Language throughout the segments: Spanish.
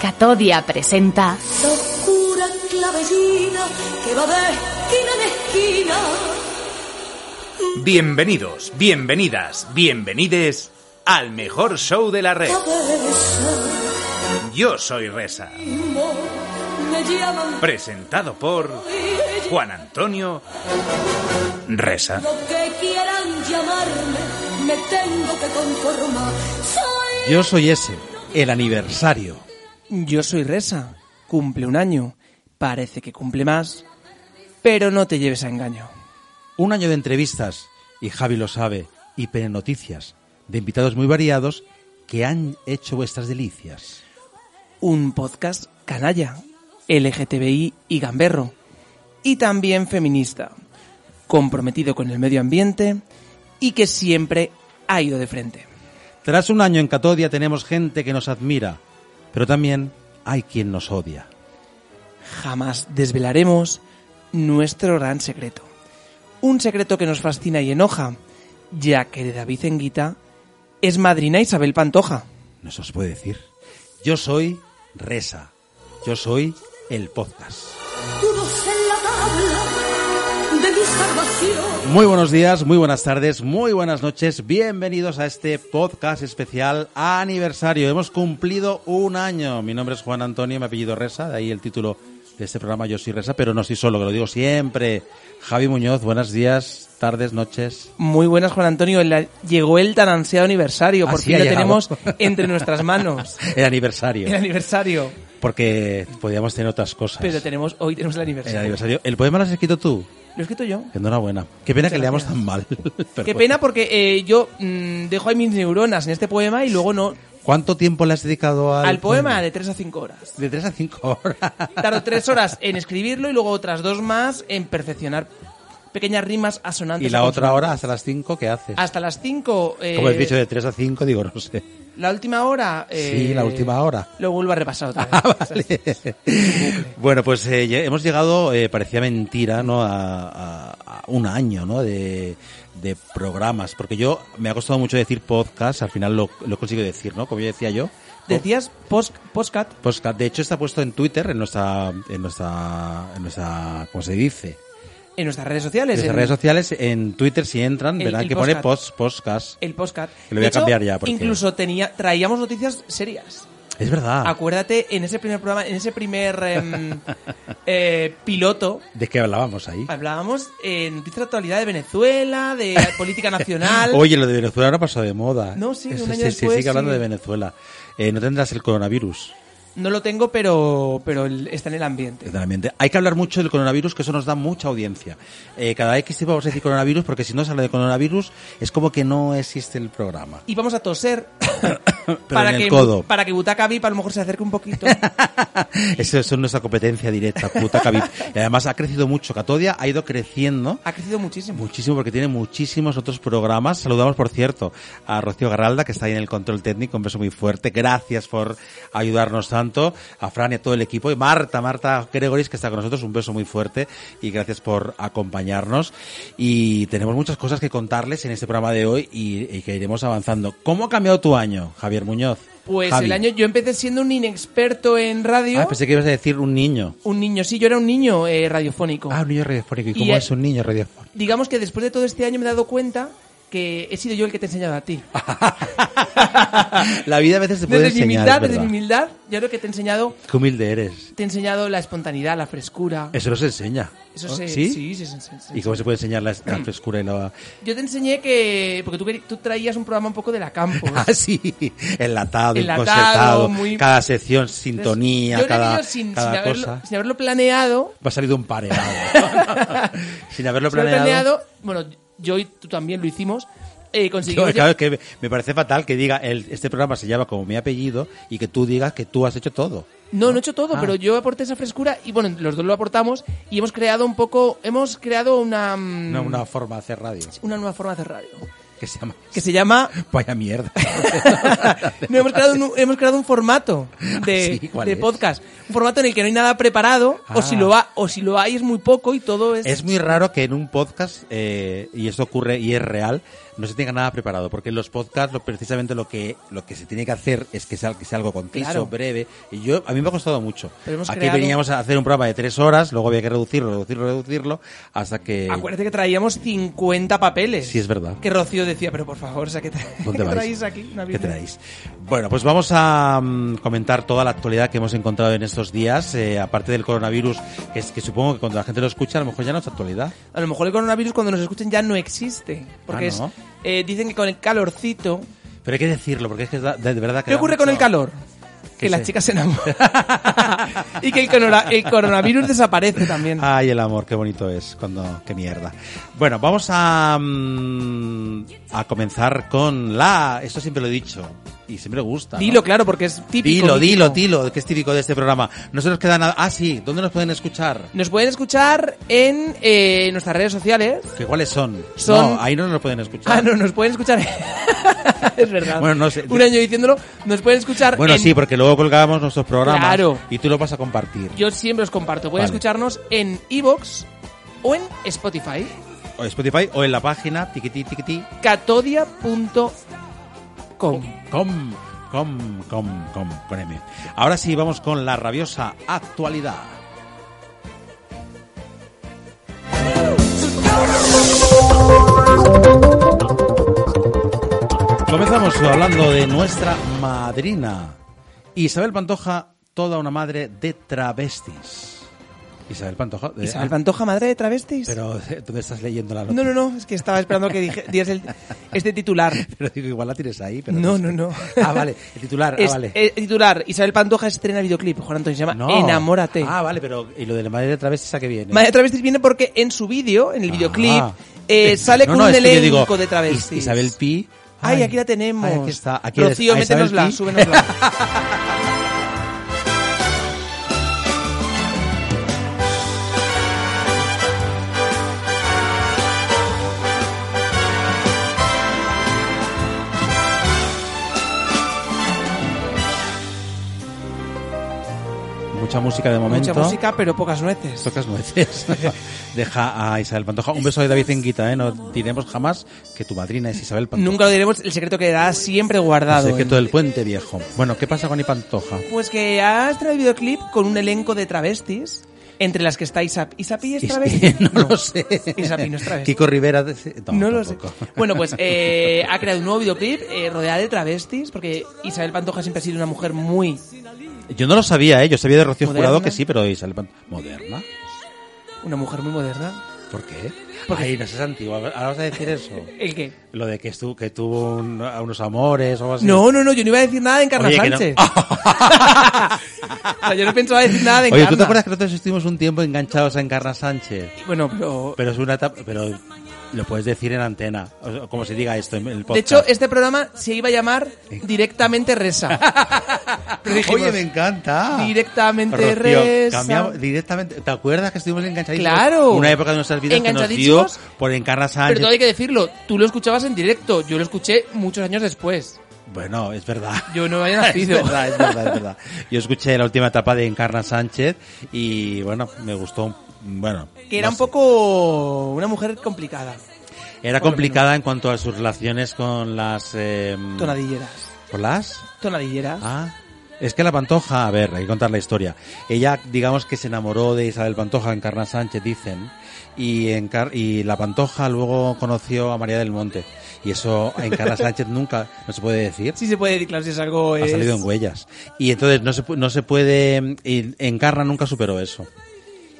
Catodia presenta Esta oscura clavellina que va de esquina en esquina. Bienvenidos, bienvenidas, bienvenides al mejor show de la red. Yo soy Reza, Me llaman presentado por Juan Antonio Reza. lo que quieran llamarme. Me tengo que conformar. Soy Yo soy ese, el aniversario. Yo soy Resa. Cumple un año. Parece que cumple más. Pero no te lleves a engaño. Un año de entrevistas, y Javi lo sabe, y Pene Noticias, de invitados muy variados que han hecho vuestras delicias. Un podcast canalla, LGTBI y gamberro. Y también feminista. Comprometido con el medio ambiente y que siempre ha ido de frente. Tras un año en Catodia tenemos gente que nos admira, pero también hay quien nos odia. Jamás desvelaremos nuestro gran secreto. Un secreto que nos fascina y enoja, ya que de David Enguita es madrina Isabel Pantoja. ¿No se os puede decir? Yo soy Resa. Yo soy el podcast. unos en la tabla de mi salvación. Muy buenos días, muy buenas tardes, muy buenas noches. Bienvenidos a este podcast especial aniversario. Hemos cumplido un año. Mi nombre es Juan Antonio, mi apellido Resa, de ahí el título de este programa Yo soy Resa, pero no soy solo, que lo digo siempre. Javi Muñoz, buenos días, tardes, noches. Muy buenas, Juan Antonio. La- Llegó el tan ansiado aniversario. Por Así fin Ah, ha lo llegado. tenemos entre nuestras manos. El El aniversario, aniversario. porque podíamos tener otras cosas. Pero tenemos, hoy tenemos el Ah. El aniversario. aniversario. El poema lo has escrito tú. Lo he escrito yo. Enhorabuena. Qué pena que leamos gracias. tan mal. Pero Qué bueno. pena porque eh, yo mm, dejo ahí mis neuronas en este poema y luego no. ¿Cuánto tiempo le has dedicado al, Al, poema de 3 a 5 horas. De 3 a 5 horas. Tardo 3 horas en escribirlo y luego otras dos más en perfeccionar pequeñas rimas asonantes. Y la o otra hora consonantes. hasta las 5, ¿qué haces? Hasta las 5. eh, Como he dicho, de 3 a 5, digo, no sé. La última hora. Sí, eh, la última hora. Lo vuelvo a repasar otra vez. bueno, pues eh, ya hemos llegado, eh, parecía mentira, ¿no? A, a- a un año, ¿no? De, de programas. Porque yo me ha costado mucho decir podcast, al final lo, lo consigo decir, ¿no? Como ya decía yo. Decías post, postcat. Podcast. De hecho, está puesto en Twitter, en nuestra, en nuestra, en nuestra, ¿cómo se dice? En nuestras redes En sociales. nuestras en redes sociales, en Twitter, si entran, El- verán el que pone podcast. post, podcast. El postcat. Que lo voy a cambiar ya, porque- Incluso tenía, traíamos noticias serias. Es verdad. Acuérdate, en ese primer programa, en ese primer em, eh, piloto, ¿De qué hablábamos ahí? hablábamos eh, noticias de actualidad de Venezuela, de política nacional. Oye, lo de Venezuela no ha pasado de moda. No, sí, Eso un año sí, sí, después, sigue hablando sí. de Venezuela. Eh, no tendrás el coronavirus. No lo tengo, pero, pero el- está en el ambiente. Sinceramente. Hay que hablar mucho del coronavirus, que eso nos da mucha audiencia. Eh, cada X tiempo vamos a decir coronavirus, porque si no se habla de coronavirus, es como que no existe el programa. Y vamos a toser en que, el codo. para que Butaca VIP a lo mejor se acerque un poquito. Eso, eso es nuestra competencia directa, puta Khabib. Y además ha crecido mucho. Catodia ha ido creciendo. Ha crecido muchísimo. Muchísimo, porque tiene muchísimos otros programas. Saludamos, por cierto, a Rocío Garralda, que está ahí en el control técnico. Un beso muy fuerte. Gracias por ayudarnos tanto. A Fran y a todo el equipo. Y Marta, Marta Gregoris, que está con nosotros. Un beso muy fuerte. Y gracias por acompañarnos. Y tenemos muchas cosas que contarles en este programa de hoy y, y que iremos avanzando. ¿Cómo ha cambiado tu año, Javier Muñoz? Pues Javi. el año yo empecé siendo un inexperto en radio. Ah, pensé que ibas a decir un niño. Un niño, sí, yo era un niño eh, radiofónico. Ah, un niño radiofónico. ¿Y Y cómo eh- es un niño radiofónico? digamos que después de todo este año me he dado cuenta que he sido yo el que te he enseñado a ti. Ah, La vida a veces se puede Desde mi enseñar, humildad, es desde mi verdad. humildad, yo creo que te he enseñado, Qué humilde eres. te he enseñado la espontaneidad, la frescura. Eso no se enseña. Eso ¿no? se- ¿Ah, ¿Sí? sí, Pues sí, sí, sí, sí. ¿Y cómo se puede enseñar la, la frescura y la... Yo te enseñé que porque tú, queri- tú traías un programa un poco de la Campos. Ah, sí, enlatado, Enlatado, encosetado, muy- cada sección, Entonces, sintonía, yo era cada, niño sin, cada sin haberlo, cosa. sin haberlo planeado, Me ha salido un pareado. sin haberlo sin haberlo planeado. planeado, bueno, yo y tú también lo hicimos, eh, conseguimos Yo, claro, es que me- me parece fatal que diga, el- este programa se llama como mi apellido y que tú digas que tú has hecho todo. No, no he hecho todo, Ah. pero yo aporté esa frescura y bueno, los dos lo aportamos y hemos creado un poco, hemos creado una mm, No, una forma de hacer radio una nueva forma de hacer radio que se llama... que se llama Vaya mierda. no, hemos creado un, hemos creado un formato de, Ah, Sí, ¿cuál de es? podcast, un formato en el que no hay nada preparado o Ah. si lo va o si lo hay es muy poco y todo es, Es muy raro que en un podcast, eh, y esto ocurre y es real, no se tenga nada preparado, porque en los podcasts lo, precisamente lo que, lo que se tiene que hacer es que sea, que sea algo conciso, Claro. breve. Y yo, a mí me ha costado mucho. Pero hemos Aquí creado- veníamos a hacer un programa de tres horas, luego había que reducirlo, reducirlo, reducirlo, hasta que... Acuérdate que traíamos 50 papeles. Sí, es verdad. Que Rocío decía, pero por favor, o sea, ¿qué, tra- ¿Dónde qué vais? traéis aquí? Una ¿Qué Biblia. traéis? Bueno, pues vamos a mm, comentar toda la actualidad que hemos encontrado en estos días, eh, aparte del coronavirus, que es que supongo que cuando la gente lo escucha a lo mejor ya no es actualidad. A lo mejor el coronavirus cuando nos escuchen ya no existe. Porque Ah, ¿no? es, eh, dicen que con el calorcito... Pero hay que decirlo, porque es que da- de, de verdad que... ¿Qué da ocurre mucho- con el calor? Que Que las se- chicas se enamoran. y que el, corona- el coronavirus desaparece también. Ay, el amor, qué bonito es. Cuando, qué mierda. Bueno, vamos a, mm, a comenzar con la. Esto siempre lo he dicho y siempre me gusta. ¿no? Dilo, claro, porque es típico. dilo, mítico. dilo, dilo, que es típico de este programa. No se nos queda nada. Ah, sí, ¿dónde nos pueden escuchar? Nos pueden escuchar en eh, nuestras redes sociales. ¿Que ¿Cuáles son? Son- No, ahí no nos pueden escuchar. Ah, no, nos pueden escuchar. es verdad. Bueno, no sé. Un año diciéndolo. Nos pueden escuchar. Bueno, en- sí, porque luego colgamos nuestros programas Claro. y tú lo vas a compartir. Yo siempre os comparto. Pueden Vale. escucharnos en Evox o en Spotify. O en Spotify o en la página tiquiti tiquiti Catodia.com. com com com com con M. Ahora sí vamos con la rabiosa actualidad. Comenzamos hablando de nuestra madrina Isabel Pantoja, toda una madre de travestis. Isabel Pantoja, de- Isabel Pantoja, madre de travestis. ah. pero eh, ¿tú me estás leyendo la No, noticia? no, no. Es que estaba esperando que dije- dieras el- este titular. Pero digo, igual la tienes ahí, pero No, no, no. Ah, vale, el titular, ah, Es- vale. eh, titular, Isabel Pantoja estrena videoclip, Juan Antonio, se llama No. Enamórate. Ah, vale, pero ¿y lo de la madre de travestis a qué viene? Madre de travestis viene porque en su vídeo, en el videoclip, Ah. eh, sale No, con no, un es que yo elenco digo, de travestis. Is- Isabel Pi. Ay, aquí la tenemos. Ay, aquí está. Aquí eres- Rocío, a Isabel métenosla, Pi. súbenosla. Mucha música de momento. Mucha música, pero pocas nueces. Tocas nueces. Deja a Isabel Pantoja. Un beso de David Enguita, ¿eh? No diremos jamás que tu madrina es Isabel Pantoja. Nunca lo ¿eh? diremos, el secreto quedará siempre El guardado. secreto del puente viejo. Bueno, ¿qué pasa con I Pantoja? Pues que ha estrenado el videoclip con un elenco de travestis, entre las que está Isap. ¿Isapi es travesti? no, lo sé. Isapi no es travesti. Kiko Rivera. de- No, No lo sé. tampoco. Bueno, pues eh, ha creado un nuevo videoclip eh, rodeada de travestis, porque Isabel Pantoja siempre ha sido una mujer muy... Yo no lo sabía, ¿eh? Yo sabía de Rocío Moderna. Jurado que sí, pero Isabel Pantoja. ¿Moderna? Una mujer muy moderna. ¿Por qué? Porque- Ay, no seas antigua. Ahora vas a decir eso. ¿El qué? Lo de que, estu- que tuvo un- a unos amores o algo así. No, no, no, yo no iba a decir nada de Encarna Oye, que no. Sánchez. o sea, yo no pensaba decir nada de Oye, Encarna. ¿tú te acuerdas que nosotros estuvimos un tiempo enganchados a Encarna Sánchez? Bueno, pero... Pero es una etapa, pero lo puedes decir en antena, o sea, como se diga esto en el De podcast. hecho, este programa se iba a llamar directamente Resa. Pero dijimos, Oye, me encanta. Directamente Rocío, reza. cambiamos directamente. ¿Te acuerdas que estuvimos enganchadísimos? Claro. Una época de nuestras vidas que nos dio Enganchadísimos. por Encarna Pero Sánchez. todo hay que decirlo, tú lo escuchabas en directo, yo lo escuché muchos años después. Bueno, es verdad. Yo no había Es nacido. verdad, es verdad, es verdad. Yo escuché la última etapa de Encarna Sánchez y bueno, me gustó. Bueno, que era no un sé. poco una mujer complicada, Era Por lo complicada en cuanto a sus relaciones con las... Eh, tonadilleras. ¿Con las? Tonadilleras. Ah. Es que la Pantoja, a ver, hay que contar la historia. Ella, digamos que se enamoró de Isabel Pantoja, Encarna Sánchez, dicen, y, Encar- y la Pantoja luego conoció a María del Monte. Y eso a Encarna Sánchez nunca, no se puede decir. Sí se puede decir, claro, si es algo... Ha es- salido en huellas. Y entonces no se, pu- no se puede, y Encarna nunca superó eso.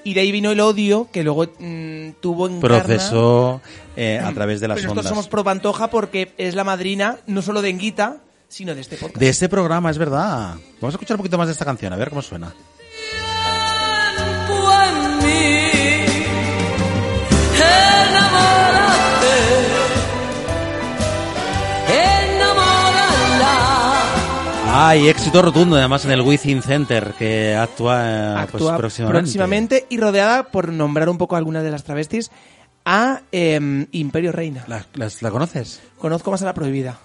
Y de ahí vino el odio que luego mm, tuvo en Procesó eh, a través de las Pero nosotros ondas. somos pro Pantoja porque es la madrina no solo de Enguita, sino de este podcast. De este programa, es verdad. Vamos a escuchar un poquito más de esta canción, a ver cómo suena. tiempo en mí. Enamórate, enamórala. Ay, éxito rotundo, además en el Within Center, que actúa, eh, pues, Actúa próximamente. próximamente y rodeada, por nombrar un poco algunas de las travestis, a em, Imperio Reina. ¿La, las- la conoces? Conozco más a la prohibida.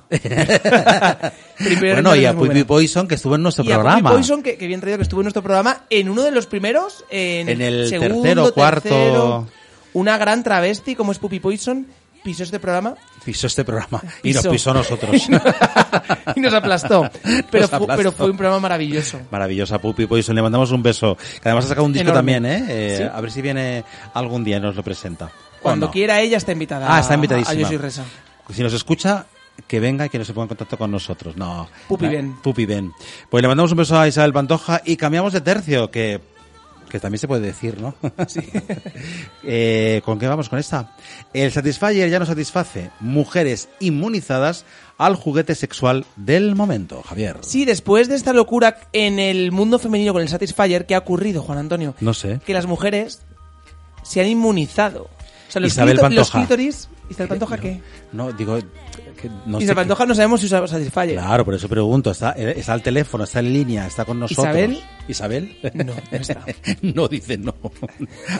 Pero Imperio bueno, Reina y a es muy Puy Puy buena. Poison, que estuvo en nuestro Y a Puppy programa. Poison, que, que bien traído que estuvo en nuestro programa, en uno de los primeros, en, En el segundo, tercero, cuarto. tercero. una gran travesti como es Puppy Poison, pisó este programa pisó este programa y nos Pisó. pisó a nosotros. y nos aplastó. Pero, Nos fu- aplastó. pero fue un programa maravilloso. Maravillosa Pupi Poison, le mandamos un beso. Que además ha sacado un disco Enorme. también, ¿eh? Eh, Sí. A ver si viene algún día y nos lo presenta. ¿O Cuando no? quiera ella está invitada. Ah, está a- invitadísima. A Yo soy Reza. Si nos escucha, que venga y que no se ponga en contacto con nosotros. No. Pupi Eh, Ben. Pupi Ben. Pues le mandamos un beso a Isabel Pantoja y cambiamos de tercio, que, que también se puede decir, ¿no? Sí. ¿Con qué vamos con esta? El Satisfyer ya no satisface mujeres inmunizadas al juguete sexual del momento, Javier. Sí, después de esta locura en el mundo femenino con el Satisfyer, ¿qué ha ocurrido, Juan Antonio? No sé. Que las mujeres se han inmunizado. O sea, los, Isabel clítor- los Pantoja. clítoris... ¿Isabel Pantoja qué? No, digo... que no sé Isabel qué- Pantoja no sabemos si usa Satisfyer. Claro, por eso pregunto. Está, eh, está al teléfono, está en línea, está con nosotros. ¿Isabel? ¿Isabel? No, no está. No dice no.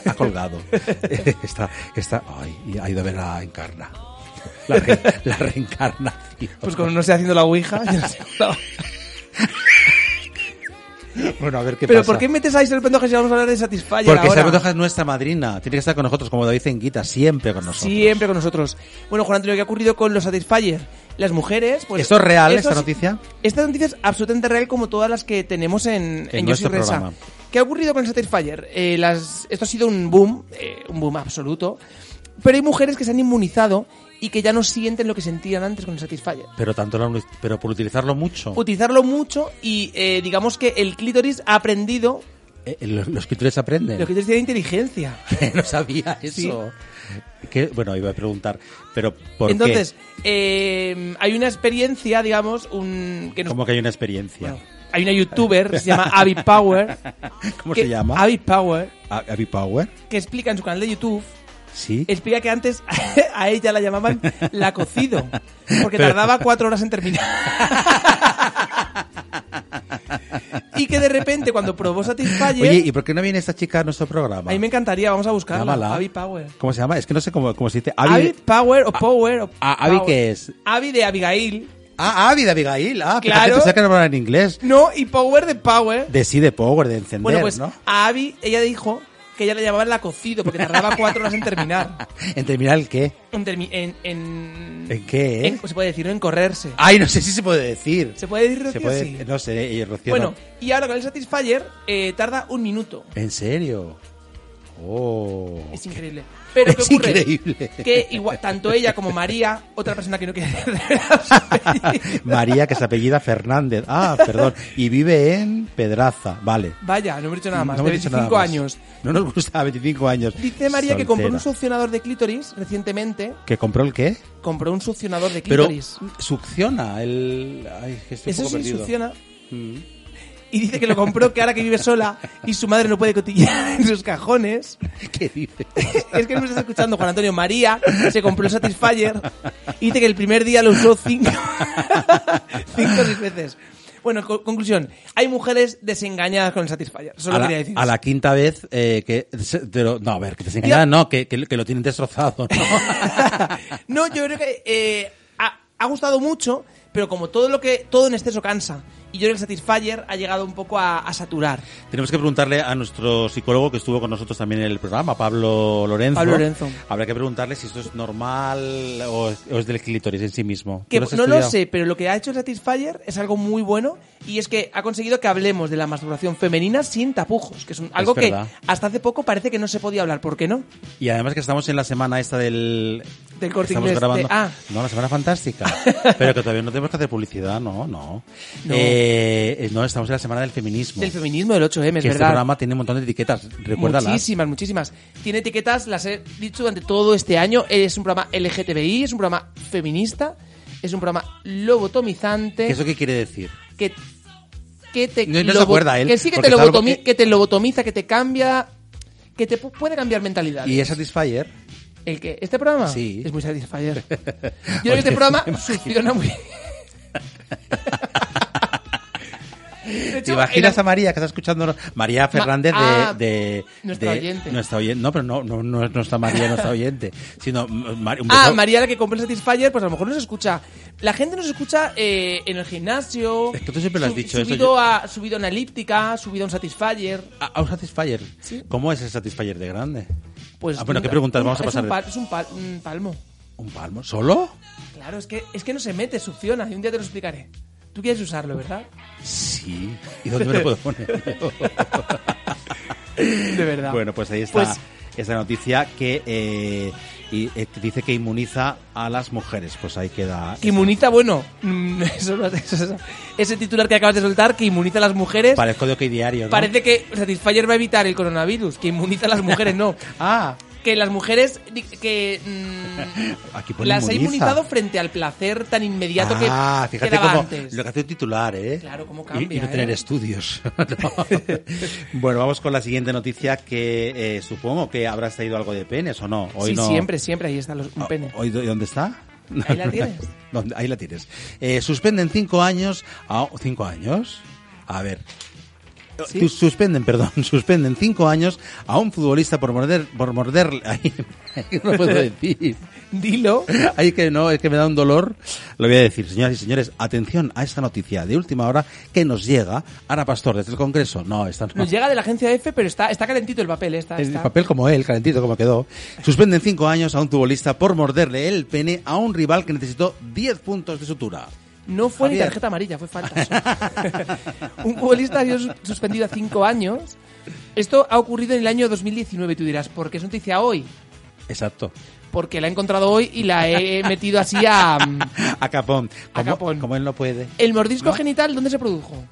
Ha colgado. Está, está, ay, y ha ido a ver a Encarna. La, re- la reencarnación. Pues como no esté haciendo la ouija... yo no sé. Bueno, a ver qué Pero pasa. ¿por qué metes a Isabel Pantoja si vamos a hablar de Satisfyer Porque ahora? esa Pantoja es nuestra madrina. Tiene que estar con nosotros, como David Enguita, siempre con nosotros. Siempre con nosotros. Bueno, Juan Antonio, ¿qué ha ocurrido con los Satisfyer? Las mujeres, pues... ¿Esto es real, esto esta es- noticia? Esta noticia es absolutamente real como todas las que tenemos en, En en Yo soy nuestro Resa. programa. ¿Qué ha ocurrido con el Satisfyer? Eh, las- esto ha sido un boom, eh, un boom absoluto, pero hay mujeres que se han inmunizado y que ya no sienten lo que sentían antes con el Satisfyer. Pero tanto la uni- pero por utilizarlo mucho. Utilizarlo mucho y eh, digamos que el clítoris ha aprendido, Eh, los, los escritores aprenden. el clítoris tiene inteligencia. no sabía eso. Que- bueno, iba a preguntar, pero ¿por qué? Entonces, eh, hay una experiencia, digamos, un, que nos Como que hay una experiencia. Bueno, hay una youtuber que se llama Abby Power. ¿Cómo que- se llama? Abby Power, A- Abby Power. que explica en su canal de YouTube, Sí. explica que antes a ella la llamaban la cocido, porque Pero- tardaba cuatro horas en terminar. y que de repente cuando probó Satisfyer, Oye, ¿y por qué no viene esta chica a nuestro programa? a mí me encantaría, vamos a buscarla, Llámala. Abby Power. ¿Cómo se llama? Es que no sé cómo, cómo se dice. Abby, Abby. Power o Power o Ah, ¿Abby Power. qué es? Abby de Abigail. Ah, Abby de Abigail. Ah, claro. Claro. pensaba que no hablaba en inglés. No, y Power de Power. De sí, de power, de encender, Bueno, pues ¿no? a Abby, ella dijo que ella la llamaban la cocido porque tardaba cuatro horas en terminar. ¿En terminar el qué? En, termi- en, en, ¿En qué, eh? en- se puede decir, ¿no? En correrse. Ay, no sé si se puede decir. ¿Se puede decir, Se Rocío? puede- Sí. No sé, eh, Rocío. Bueno, no. y ahora con el Satisfyer eh, tarda un minuto. ¿En serio? Oh. Es increíble. Pero ¿qué Es ocurre? increíble. Que igual, tanto ella como María, otra persona que no quiere revelar su apellido. María, que se apellida Fernández. Ah, perdón. Y vive en Pedraza. Vale. Vaya, no hemos dicho nada más. No de hemos dicho 25 nada más. años. No nos gusta 25 años. Dice María que compró un Soltera. succionador de clítoris recientemente. ¿Que compró el qué? Compró un succionador de Pero clítoris. succiona el... Ay, que estoy un Eso poco sí perdido. succiona. Mm. Y dice que lo compró, que ahora que vive sola y su madre no puede cotillear en sus cajones. ¿Qué dice? Es que no me estás escuchando, Juan Antonio. María se compró el Satisfyer y dice que el primer día lo usó cinco, cinco o seis veces. Bueno, co- conclusión. Hay mujeres desengañadas con el Satisfyer. Solo A la, quería decir. a la quinta vez eh, que... se- te lo- no, a ver, que te engañan, no, que, que, que lo tienen destrozado. ¿no? No, yo creo que eh, ha, ha gustado mucho, pero como todo lo que todo en exceso cansa. Y yo creo que el Satisfyer ha llegado un poco a, a saturar. Tenemos que preguntarle a nuestro psicólogo que estuvo con nosotros también en el programa, Pablo Lorenzo. Pablo Lorenzo. Habrá que preguntarle si esto es normal o es, o es del clítoris en sí mismo. ¿Tú Que lo has no lo estudiado? sé, pero lo que ha hecho el Satisfyer es algo muy bueno y es que ha conseguido que hablemos de la masturbación femenina sin tapujos, que es un- algo que verdad. hasta hace poco parece que no se podía hablar, ¿por qué no? Y además que estamos en la semana esta del... Del Corte estamos Inglés, grabando- de- ah. No, la semana fantástica. Pero que todavía no tenemos que hacer publicidad, no, no. No. Eh, eh, no, estamos en la semana del feminismo. Del feminismo del 8M, es que este verdad. programa tiene un montón de etiquetas, recuérdalas. Muchísimas, muchísimas. Tiene etiquetas, las he dicho durante todo este año. Es un programa LGTBI, es un programa feminista, es un programa lobotomizante. ¿Eso qué quiere decir? que, que te No, no se acuerda él, que sí que porque te, está lobotomi- algo- que te lobotomiza, que te cambia, que te pu- puede cambiar mentalidad. ¿Y es Satisfyer? ¿El que ¿Este programa? Sí. Es muy satisfyer. Yo creo Oye, que este programa me imagino. funciona muy bien. De ¿Te hecho, imaginas era- a María que está escuchando? María Fernández de- ah, de, nuestra de- oyente. nuestra oyen- No, pero no, no, no, no está María, no está oyente. Sino mm, Mar- un Ah, beso- María, la que compró el Satisfyer, pues a lo mejor nos escucha. La gente nos escucha eh, en el gimnasio. Es que tú siempre lo has dicho, eso Subido, yo- a, subido a una elíptica, subido a un Satisfyer. Ah, ah, un Satisfyer. Sí. ¿Cómo es el Satisfyer de grande? Pues, Ah, bueno, ¿qué preguntas? Vamos a es pasar Un de- pal- es un pal- un palmo. ¿Un palmo? ¿Solo? Claro, es que, es que no se mete, succiona. Y un día te lo explicaré. Tú quieres usarlo, ¿verdad? Sí. ¿Y dónde me lo puedo poner? De verdad. Bueno, pues ahí está Pues- esta noticia que eh, y, eh, dice que inmuniza a las mujeres. Pues ahí queda. Que inmuniza, bueno, mm, eso no- eso- eso- ese titular que acabas de soltar, que inmuniza a las mujeres, Para el código que hay diario. ¿no? parece que Satisfyer va a evitar el coronavirus, que inmuniza a las mujeres, no. Ah, Que las mujeres, di- que mm, Aquí pone las ha inmuniza. inmunizado frente al placer tan inmediato que, ah, que fíjate daba cómo antes. lo que hace un titular, ¿eh? Claro, Y- cómo Y, cambia, no ¿eh? tener estudios. No. bueno, vamos con la siguiente noticia que eh, supongo que habrás traído algo de penes o no. Hoy sí, no. siempre, siempre, ahí está los, un pene. Ah, ¿Hoy do- dónde está? Ahí la tienes. ¿Dónde? Ahí la tienes. Eh, suspenden cinco años a... ¿Cinco años? A ver. Sí. Sus- Suspenden, perdón, suspenden cinco años a un futbolista por morder... Por morder ay, no puedo decir. Dilo. Ay, que no, es que me da un dolor. Lo voy a decir, señoras y señores, atención a esta noticia de última hora que nos llega. Ana Pastor, desde el Congreso. No, esta no. Nos llega de la agencia F, pero está, está calentito el papel, eh, está, El está. papel como él, calentito como quedó. Suspenden cinco años a un futbolista por morderle el pene a un rival que necesitó 10 puntos de sutura. No fue ni Javier. tarjeta amarilla, fue falta. un futbolista ha sido sus- suspendido a cinco años. Esto ha ocurrido en el año 2019, tú dirás, porque es noticia hoy. Exacto. Porque la he encontrado hoy y la he metido así a... A Capón. A Como, Capón. como él no puede. ¿El mordisco genital dónde se produjo?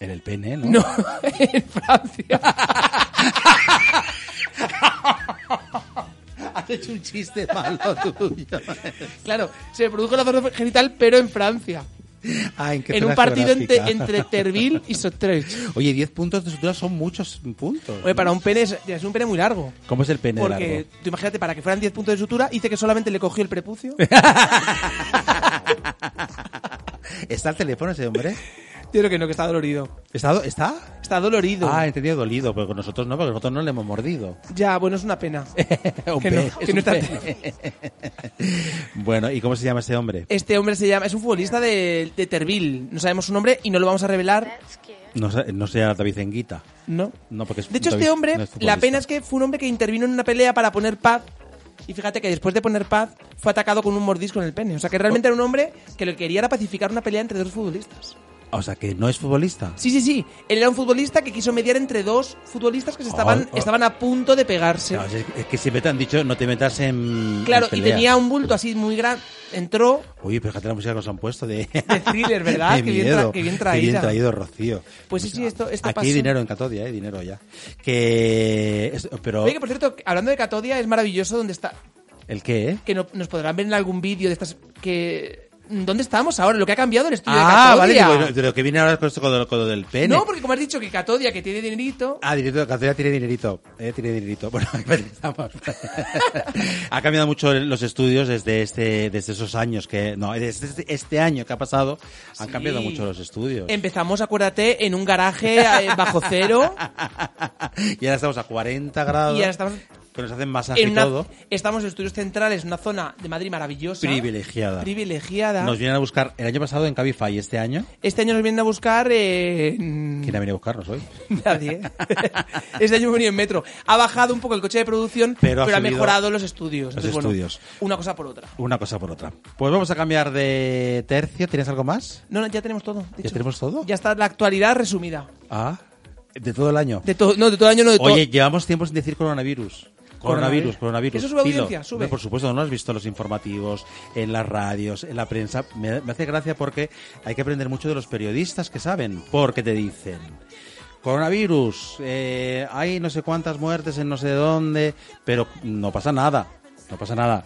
En el pene, ¿no? No, en Francia. Has hecho un chiste malo tuyo. Claro, se produjo la zona genital, pero en Francia. Ay, qué En un zona partido entre, geográfica. entre Terville y Sottrech. Oye, 10 puntos de sutura son muchos puntos. Oye, para un pene es, es un pene muy largo. ¿Cómo es el pene de Porque, largo? tú imagínate, para que fueran 10 puntos de sutura, dice que solamente le cogió el prepucio. ¿Está el teléfono ese hombre? Yo creo que no, que está dolorido. ¿Está? do- ¿Está? Está dolorido. Ah, he entendido dolido, pero con nosotros no, porque nosotros no le hemos mordido. Ya, bueno, es una pena. Un Que no- pez, que es no un está- pez. bueno, ¿y cómo se llama ese hombre? Este hombre se llama, es un futbolista de, de Terville. No sabemos su nombre y no lo vamos a revelar. No, sé- no sea David Enguita. No. No, porque es De hecho, David- este hombre, no es la futbolista. pena es que fue un hombre que intervino en una pelea para poner paz. Y fíjate que después de poner paz, fue atacado con un mordisco en el pene. O sea, que realmente era un hombre que lo que quería era pacificar una pelea entre dos futbolistas. O sea, que no es futbolista. Sí, sí, sí. Él era un futbolista que quiso mediar entre dos futbolistas que se estaban, Oh, oh. estaban a punto de pegarse. Claro, es, es que siempre te han dicho no te metas en. Claro, en y peleas. tenía un bulto así muy grande. Entró Oye, pero fíjate la música que nos han puesto de. de thriller, ¿verdad? de que, bien miedo. tra- que Qué bien bien traída. traído, Rocío. Pues sí, sí, esto, esto Aquí pasó. hay dinero en Catodia, hay dinero ya. Que. es- Pero. Oye, que por cierto, hablando de Catodia, es maravilloso donde está. ¿El qué? eh? Que no- nos podrán ver en algún vídeo de estas. que ¿Dónde estamos ahora? Lo que ha cambiado el estudio Ah, de vale, Catodia. digo, de lo que viene ahora con esto con lo, con lo del pene. no, porque como has dicho que Catodia, que tiene dinerito. Ah, directo de Catodia tiene dinerito. Eh, tiene dinerito. Bueno, empezamos. ha cambiado mucho los estudios desde este, desde esos años que, no, desde este año que ha pasado, han Sí. cambiado mucho los estudios. Empezamos, acuérdate, en un garaje eh, bajo cero. Y ahora estamos a 40 grados. Y ahora estamos Que nos hacen masaje en y una- todo. estamos en estudios centrales, una zona de Madrid maravillosa. Privilegiada. privilegiada. Nos vienen a buscar el año pasado en Cabify y este año. Este año nos vienen a buscar. eh, en- ¿Quién ha venido a buscarnos hoy? Nadie. este año he venido en metro. Ha bajado un poco el coche de producción, Pero pero, ha ha subido mejorado los estudios. los Entonces, bueno, estudios. una cosa por otra. Una cosa por otra. Pues vamos a cambiar de tercio. ¿Tienes algo más? No, no, ya tenemos todo. de ¿Ya hecho. tenemos todo? Ya está la actualidad resumida. Ah, de todo el año. De todo, no, de todo año, no de todo. Oye, llevamos tiempo sin decir coronavirus. Coronavirus, Coronavirus. coronavirus. Eso sube Pilo. audiencia, sube. Hombre, Por supuesto, no has visto los informativos, en las radios, en la prensa. Me, me hace gracia porque hay que aprender mucho de los periodistas que saben, porque te dicen. Coronavirus, eh, hay no sé cuántas muertes en no sé dónde, pero no pasa nada, no pasa nada.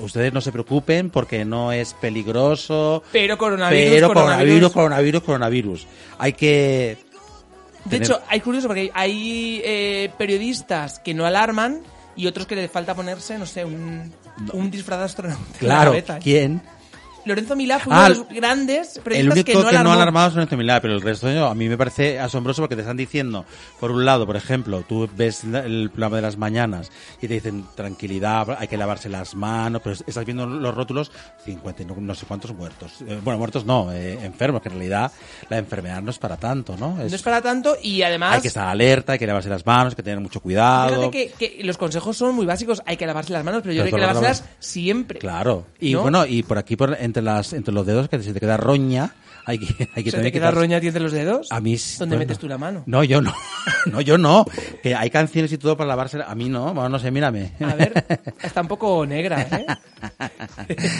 Ustedes no se preocupen porque no es peligroso. Pero coronavirus, pero coronavirus. coronavirus, coronavirus, coronavirus. Hay que de tener- hecho, hay curioso porque hay eh, periodistas que no alarman y otros que les falta ponerse, no sé, un, un disfraz de astronauta. en la Claro, cabeza, ¿eh? ¿quién? Lorenzo Milá fue uno Ah, de los grandes El periodistas único que no alarmó. ha alarmado es Lorenzo Milá, este pero el resto yo, a mí me parece asombroso porque te están diciendo, por un lado, por ejemplo, tú ves la- el programa de las mañanas y te dicen tranquilidad, hay que lavarse las manos, pero estás viendo los rótulos, 50 y no, no sé cuántos muertos. Eh, bueno, muertos no, eh, enfermos, que en realidad la enfermedad no es para tanto, ¿no? Es- No es para tanto y además... hay que estar alerta, hay que lavarse las manos, hay que tener mucho cuidado. Fíjate que, que los consejos son muy básicos. Hay que lavarse las manos, pero yo Pero creo todo que lo que lavárselas lavas- siempre. Claro. Y ¿No? bueno, y por aquí, por entre las entre los dedos, que si te queda roña, hay que, hay que ¿Se te también queda quitarse- roña a ti entre los dedos? A mí sí, ¿Dónde bueno. metes tú la mano? No, yo no. No, yo no. Que hay canciones y todo para lavarse. A mí no. Bueno, no sé, mírame. A ver, está un poco negra, ¿eh?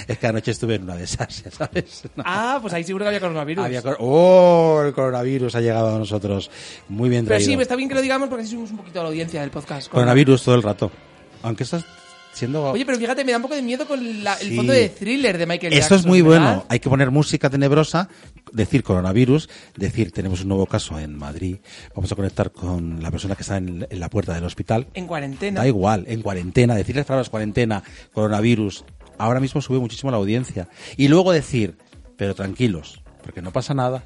es que anoche estuve en una de esas, ya ¿sabes? No. Ah, pues ahí seguro que había coronavirus. Había cor- oh, el coronavirus ha llegado a nosotros. Muy bien Pero traído. sí, está bien que lo digamos porque así subimos un poquito a la audiencia del podcast. Coronavirus todo el rato. Aunque estás siendo... Oye, pero fíjate, me da un poco de miedo con la- el Sí. fondo de thriller de Michael Esto Jackson. es muy ¿verdad? bueno. Hay que poner música tenebrosa, decir coronavirus, decir tenemos un nuevo caso en Madrid. Vamos a conectar con la persona que está en, en la puerta del hospital. En cuarentena. Da igual, en cuarentena, decir las palabras cuarentena, coronavirus, ahora mismo sube muchísimo la audiencia. Y luego decir, pero tranquilos, porque no pasa nada.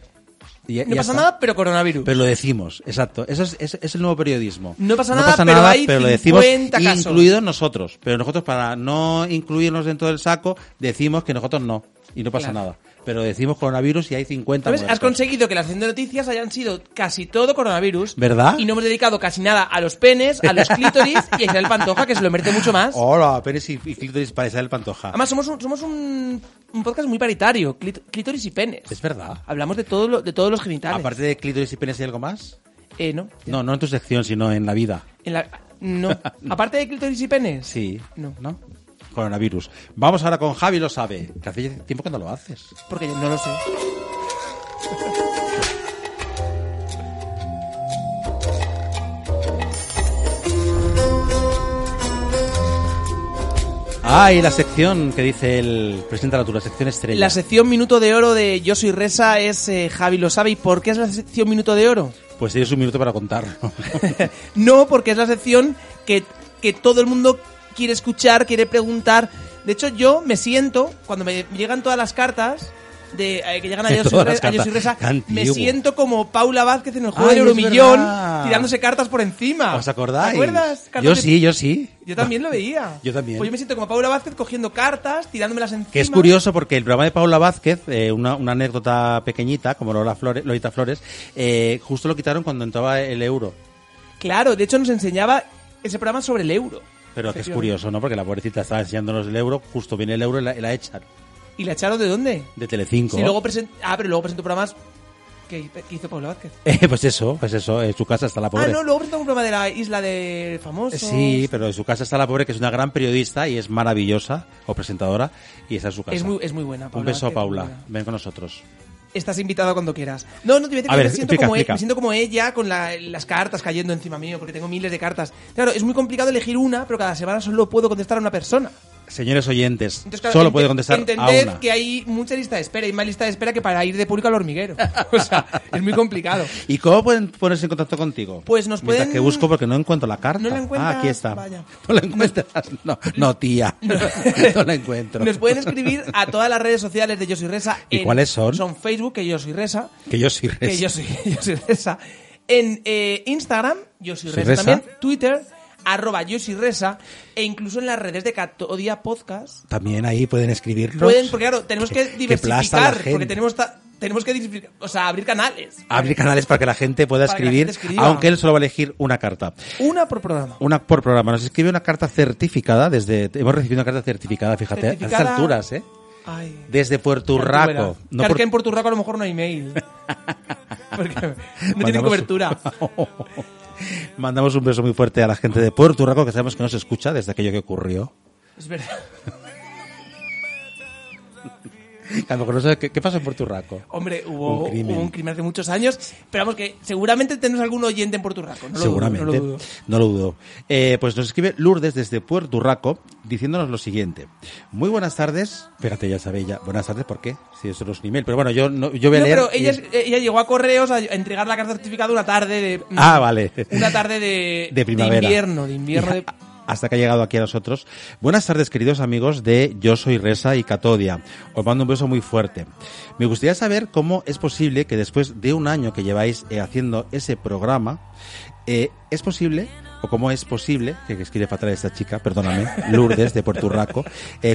Y ya- No ya pasa está. nada, pero coronavirus. Pero lo decimos, exacto. Eso es, es, es el nuevo periodismo. No pasa nada, pero hay lo decimos, 50 casos. incluidos nosotros. Pero nosotros, para no incluirnos dentro del saco, decimos que nosotros no. Y no pasa Claro. nada. Pero decimos coronavirus y hay 50 ¿Sabes? Has muertos. conseguido que las 100 de noticias hayan sido casi todo coronavirus. ¿Verdad? Y no hemos dedicado casi nada a los penes, a los clítoris y a Isabel Pantoja, que se lo merece mucho más. Hola, Pérez y, y clítoris para Isabel Pantoja. Además, somos un, somos un, un podcast muy paritario, clit- clítoris y penes. es verdad. Hablamos de, todo lo- de todos los genitales. Aparte de clítoris y penes, ¿hay algo más? Eh, no. No, no en tu sección, sino en la vida. En la- no. Aparte de clítoris y penes. Sí. No. ¿No? Coronavirus. Vamos ahora con Javi lo sabe. Que hace tiempo que no lo haces. Porque no lo sé. Ah, y la sección que dice el... Preséntala tú, la sección estrella. La sección Minuto de Oro de Yo Soy Resa es eh, Javi lo sabe. ¿Y por qué es la sección Minuto de Oro? Pues tienes un minuto para contarlo. No, porque es la sección que, que todo el mundo quiere escuchar, quiere preguntar. De hecho, yo me siento, cuando me llegan todas las cartas de eh, que llegan a Yo soy, Todas las Re- a Yo soy cartas. Resa, Qué me antiguo. siento como Paula Vázquez en el juego Ay, del es Euromillón, verdad. tirándose cartas por encima. ¿Os acordáis? ¿Te acuerdas? Cartas Yo de- sí, yo sí. Yo también lo veía. Yo también. Pues yo me siento como Paula Vázquez cogiendo cartas, tirándomelas encima. Que es curioso porque el programa de Paula Vázquez, eh, una, una anécdota pequeñita, como Lola Flores, Lolita Flores, eh, justo lo quitaron cuando entraba el euro. Claro, de hecho nos enseñaba ese programa sobre el euro. Pero que es Efectivamente. curioso, ¿no? Porque la pobrecita estaba enseñándonos el euro, justo viene el euro y la, y la echan ¿Y la echaron de dónde? de Telecinco. Si luego present- Ah, pero luego presentó programas que que hizo Paula Vázquez. Eh, pues eso, pues eso, en su casa está la pobre. Ah, no, luego presentó un programa de la isla de famosos. Sí, pero en su casa está la pobre, que es una gran periodista y es maravillosa, o presentadora, y está en su casa. Es muy, es muy buena, Paula. Un beso a Vázquez, muy Paula, buena. ven con nosotros. Estás invitada cuando quieras. No, no, te voy a decir A que ver, me, siento explica, como e- explica. me siento como ella con la- las cartas cayendo encima mío, porque tengo miles de cartas. Claro, es muy complicado elegir una, pero cada semana solo puedo contestar a una persona. Señores oyentes, Entonces, claro, solo ente- puede contestar a Entended una. que hay mucha lista de espera y más lista de espera que para ir de público al hormiguero. O sea, es muy complicado. ¿Y cómo pueden ponerse en contacto contigo? Pues nos Mientras pueden- que busco porque no encuentro la carta. No la encuentras, Ah, aquí está. vaya. No la encuentras. No, no tía. No, la encuentro. Nos pueden escribir a todas las redes sociales de Yo Soy Resa. ¿Y cuáles son? Son Facebook, que Yo Soy Resa. Que yo sí que yo soy, yo soy Resa. En eh, Instagram, yo soy Soy Resa, Resa. también. Twitter, arroba yo soy Resa. E incluso en las redes de Catodia Podcast. También ahí pueden escribirnos. Pueden, porque claro, tenemos que Que- que plasta la diversificar. gente. porque tenemos, ta- tenemos que diversificar, o sea, abrir canales. Abrir canales para que la gente pueda Para que la escribir, gente escriba. aunque él solo va a elegir una carta. Una por programa. Una por programa. Nos escribe una carta certificada desde... Hemos recibido una carta certificada, fíjate, a Certificada. estas alturas, ¿eh? Ay. Desde Puerto Cartuera. Urraco. claro por- que en Puerto Urraco a lo mejor no hay mail. Porque no tienen Mandamos- cobertura. Mandamos un beso muy fuerte a la gente de Puerto Urraco, que sabemos que nos escucha desde aquello que ocurrió. Es verdad. A lo mejor no sabe qué, qué pasó en Puerto Urraco. Hombre, hubo hubo Un un, crimen. crimen. hace muchos años. Pero vamos, que seguramente tenemos algún oyente en Puerto Rico. No lo Seguramente, Dudo, no lo dudo. no lo dudo. Eh, pues nos escribe Lourdes desde Puerto Urraco diciéndonos lo siguiente. Muy buenas tardes. Fíjate, ya sabe ella. Buenas tardes, ¿por qué? Si eso no es un email. Pero bueno, yo, no, yo voy a No, leer. pero ella, y- es- ella llegó a correos a a entregar la carta certificada una tarde de. mm, Ah, vale. Una tarde de. De primavera. invierno, de invierno. Y de- a- hasta que ha llegado aquí a nosotros. Buenas tardes, queridos amigos de Yo Soy Resa y Catodia. Os mando un beso muy fuerte. Me gustaría saber cómo es posible que después de un año que lleváis eh, haciendo ese programa, eh, es posible o cómo es posible, que que escribe fatal esta chica, perdóname, Lourdes de Puerto Rico,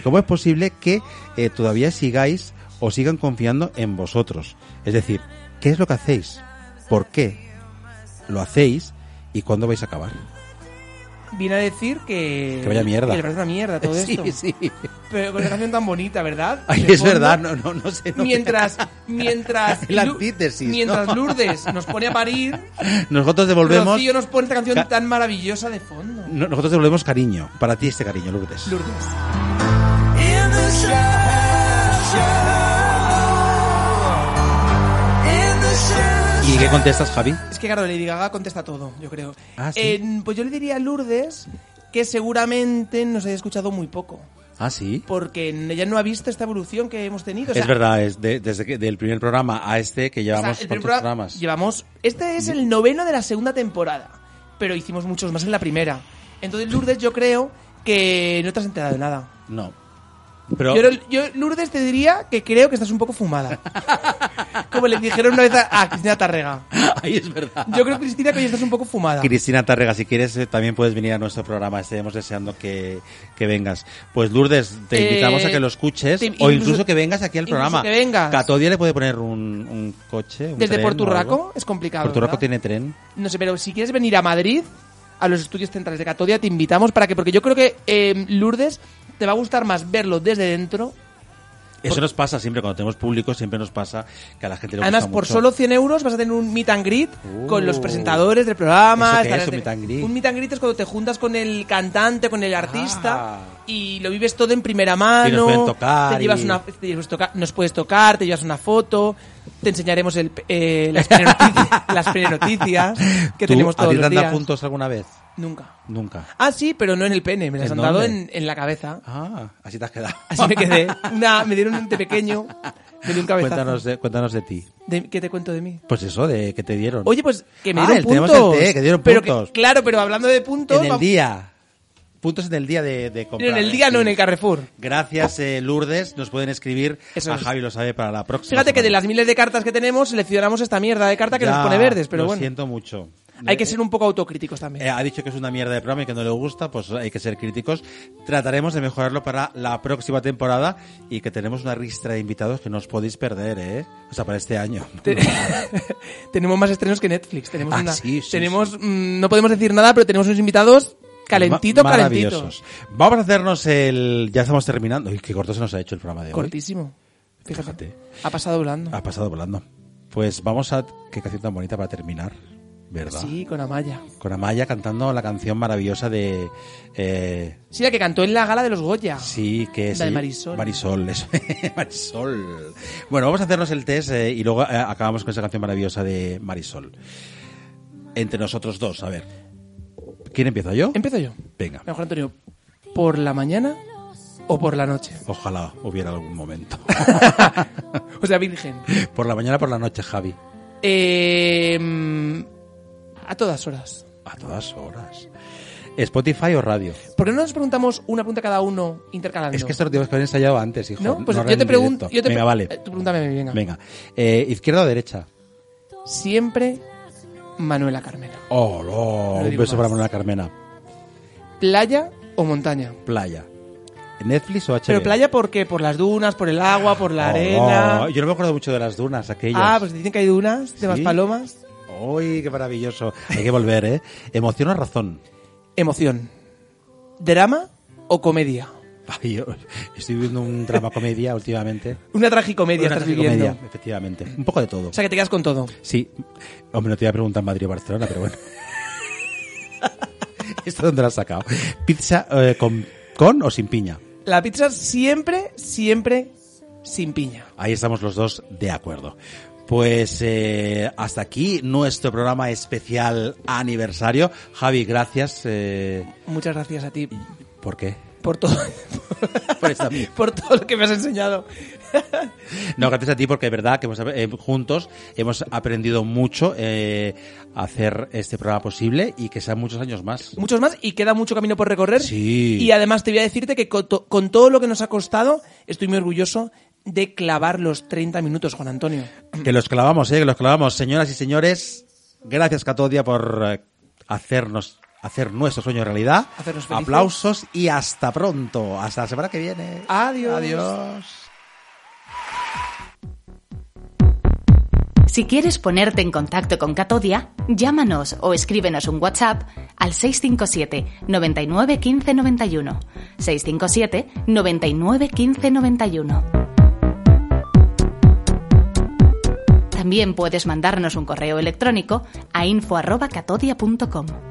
cómo es posible que eh, todavía sigáis o sigan confiando en vosotros. Es decir, ¿qué es lo que hacéis? ¿Por qué lo hacéis? ¿Y cuándo vais a acabar? Viene a decir que. Que vaya mierda. Que le parece una mierda todo sí, esto. sí. Pero con una canción tan bonita, ¿verdad? Ay, De es fondo. verdad, no, no, no sé. no- Mientras, mientras, La Lu- antítesis, ¿no? mientras Lourdes nos pone a parir, Nosotros devolvemos. Rocío nos pone esta canción Ca- tan maravillosa de fondo. no- Nosotros devolvemos cariño. Para ti este cariño, Lourdes. Lourdes. ¿Y qué contestas, Javi? Es que claro, Lady Gaga contesta todo, yo creo. Ah, sí. Eh, pues yo le diría a Lourdes que seguramente nos haya escuchado muy poco. Ah, sí. Porque ella no ha visto esta evolución que hemos tenido. Pues, O sea, es verdad, es de- desde que, del primer programa a este que o sea, llevamos el primer cuántos programa- programas. Llevamos. Este es el noveno de la segunda temporada. Pero hicimos muchos más en la primera. Entonces, Lourdes, yo creo que no te has enterado de nada. No. Pero Yo, yo, Lourdes, te diría que creo que estás un poco fumada. Como le dijeron una vez a, a Cristina Tarrega. ahí es verdad. Yo creo, Cristina, que hoy estás un poco fumada. Cristina Tarrega, si quieres, eh, también puedes venir a nuestro programa. Estaríamos deseando que, que vengas. Pues Lourdes, te Eh, invitamos a que lo escuches te- o incluso- incluso que vengas aquí al incluso programa. que vengas. Catodia le puede poner un, un coche. un Desde tren o Porturraco algo. es complicado. Porturraco ¿verdad? tiene tren. No sé, pero si quieres venir a Madrid, a los estudios centrales de Catodia, te invitamos para que, porque yo creo que eh, Lourdes te va a gustar más verlo desde dentro. Eso nos pasa siempre cuando tenemos público, siempre nos pasa que a la gente le Además, gusta por mucho. solo 100 euros vas a tener un meet and greet Uh. con los presentadores del programa. ¿Eso qué estarás es, un de- meet and greet? un meet and greet es cuando te juntas con el cantante, con el artista. Ah. Y lo vives todo en primera mano. pueden tocar Te llevas y- una, te llevas toca- nos puedes tocar, te llevas una foto. Te enseñaremos el, eh, las prenoticias, las prenoticias que ¿Tú, tenemos ¿A todos ti te los han dado días. puntos alguna vez? Nunca. Nunca. Ah, sí, pero no en el pene, me las ¿En han dado dónde? en, en la cabeza. Ah, así te has quedado. Así me quedé. Una, me dieron un té pequeño, me dio un cabezazo. cuéntanos, de, cuéntanos de ti. De- ¿Qué te cuento de mí? Pues eso, de que te dieron. Oye, pues que me Ah, dieron el- tenemos puntos. el té, que dieron Pero puntos. claro, pero hablando de puntos... en el vamos- día. Puntos en el día de, de comprar. en el ¿eh? día no, Sí. en el Carrefour. Gracias, eh, Lourdes. Nos pueden escribir Eso a es. Javi lo sabe para la próxima. Fíjate que de semana. las miles de cartas que tenemos seleccionamos esta mierda de carta que Ya, nos pone verdes, pero lo bueno. siento mucho. Hay que ser un poco autocríticos también. Eh, ha dicho que es una mierda de programa y que no le gusta, pues hay que ser críticos. Trataremos de mejorarlo para la próxima temporada y que tenemos una ristra de invitados que no os podéis perder, ¿eh? O sea, para este año. Te- tenemos más estrenos que Netflix. Tenemos Ah, una- sí, sí, tenemos, mm, no podemos decir nada, pero tenemos unos invitados calentitos, Ma- calentitos. maravillosos. Vamos a hacernos el... Ya estamos terminando. Uy, qué corto se nos ha hecho el programa de hoy. Cortísimo. Fíjate. Fíjate. Ah, Ha pasado volando. Ha pasado volando. Pues vamos a... Qué canción tan bonita para terminar, ¿verdad? Sí, con Amaya. Con Amaya cantando la canción maravillosa de... eh, Sí, la que cantó en la gala de los Goya. Sí, que La es de Marisol. Marisol, eso. Marisol. Bueno, vamos a hacernos el test eh, y luego eh, acabamos con esa canción maravillosa de Marisol. Entre nosotros dos, a ver. ¿Quién empieza yo? Empiezo yo. Venga. Mejor Antonio, ¿por la mañana o por la noche? Ojalá hubiera algún momento. O sea, virgen. por la mañana, por la noche, Javi. Eh, mm, a todas horas. A todas horas. ¿Spotify o radio? ¿Por qué no nos preguntamos una pregunta cada uno intercalando? Es que esto lo tienes que haber ensayado antes, hijo. ¿No? Pues ahora yo en te pregunto. directo. Venga, vale. Tú pregúntame, a mí, venga. Venga. Eh, ¿Izquierda o derecha? Siempre Manuela Carmela. Oh, no. No Un digo beso más. para Manuela Carmena. ¿Playa o montaña? Playa. ¿Netflix o HBO? Pero playa por qué? Por las dunas, por el agua, por la Oh, arena. no. Yo no me acuerdo mucho de las dunas aquellas. Ah, pues dicen que hay dunas, de más Sí. palomas. Uy, qué maravilloso. Hay que volver, ¿eh? Emoción o razón. Emoción. ¿Drama o comedia? Ay, yo estoy viviendo un drama comedia últimamente. Una tragicomedia Una estás viviendo. tragicomedia, efectivamente. Un poco de todo. O sea que te quedas con todo. Sí. Hombre, no te iba a preguntar Madrid o Barcelona, pero bueno. ¿Esto dónde lo has sacado? ¿Pizza eh, con, con o sin piña? La pizza siempre, siempre sin piña. Ahí estamos los dos de acuerdo. Pues eh, hasta aquí nuestro programa especial aniversario. Javi, gracias. eh, Muchas gracias a ti ¿Por qué? por todo, Por esta mierda. por todo lo que me has enseñado. No, gracias a ti porque es verdad que hemos, eh, juntos hemos aprendido mucho eh, a hacer este programa posible y que sean muchos años más. Muchos más y queda mucho camino por recorrer. Sí. Y además te voy a decirte que con, to- con todo lo que nos ha costado, estoy muy orgulloso de clavar los 30 minutos, Juan Antonio. Que los clavamos, eh, que los clavamos. Señoras y señores, gracias Catodia por eh, hacernos hacer nuestro sueño realidad. Hacernos felices. Aplausos y hasta pronto. Hasta la semana que viene. Adiós. Adiós. Si quieres ponerte en contacto con Catodia, llámanos o escríbenos un WhatsApp al 657 99 15 91. 657 99 15 91. También puedes mandarnos un correo electrónico a info.catodia.com.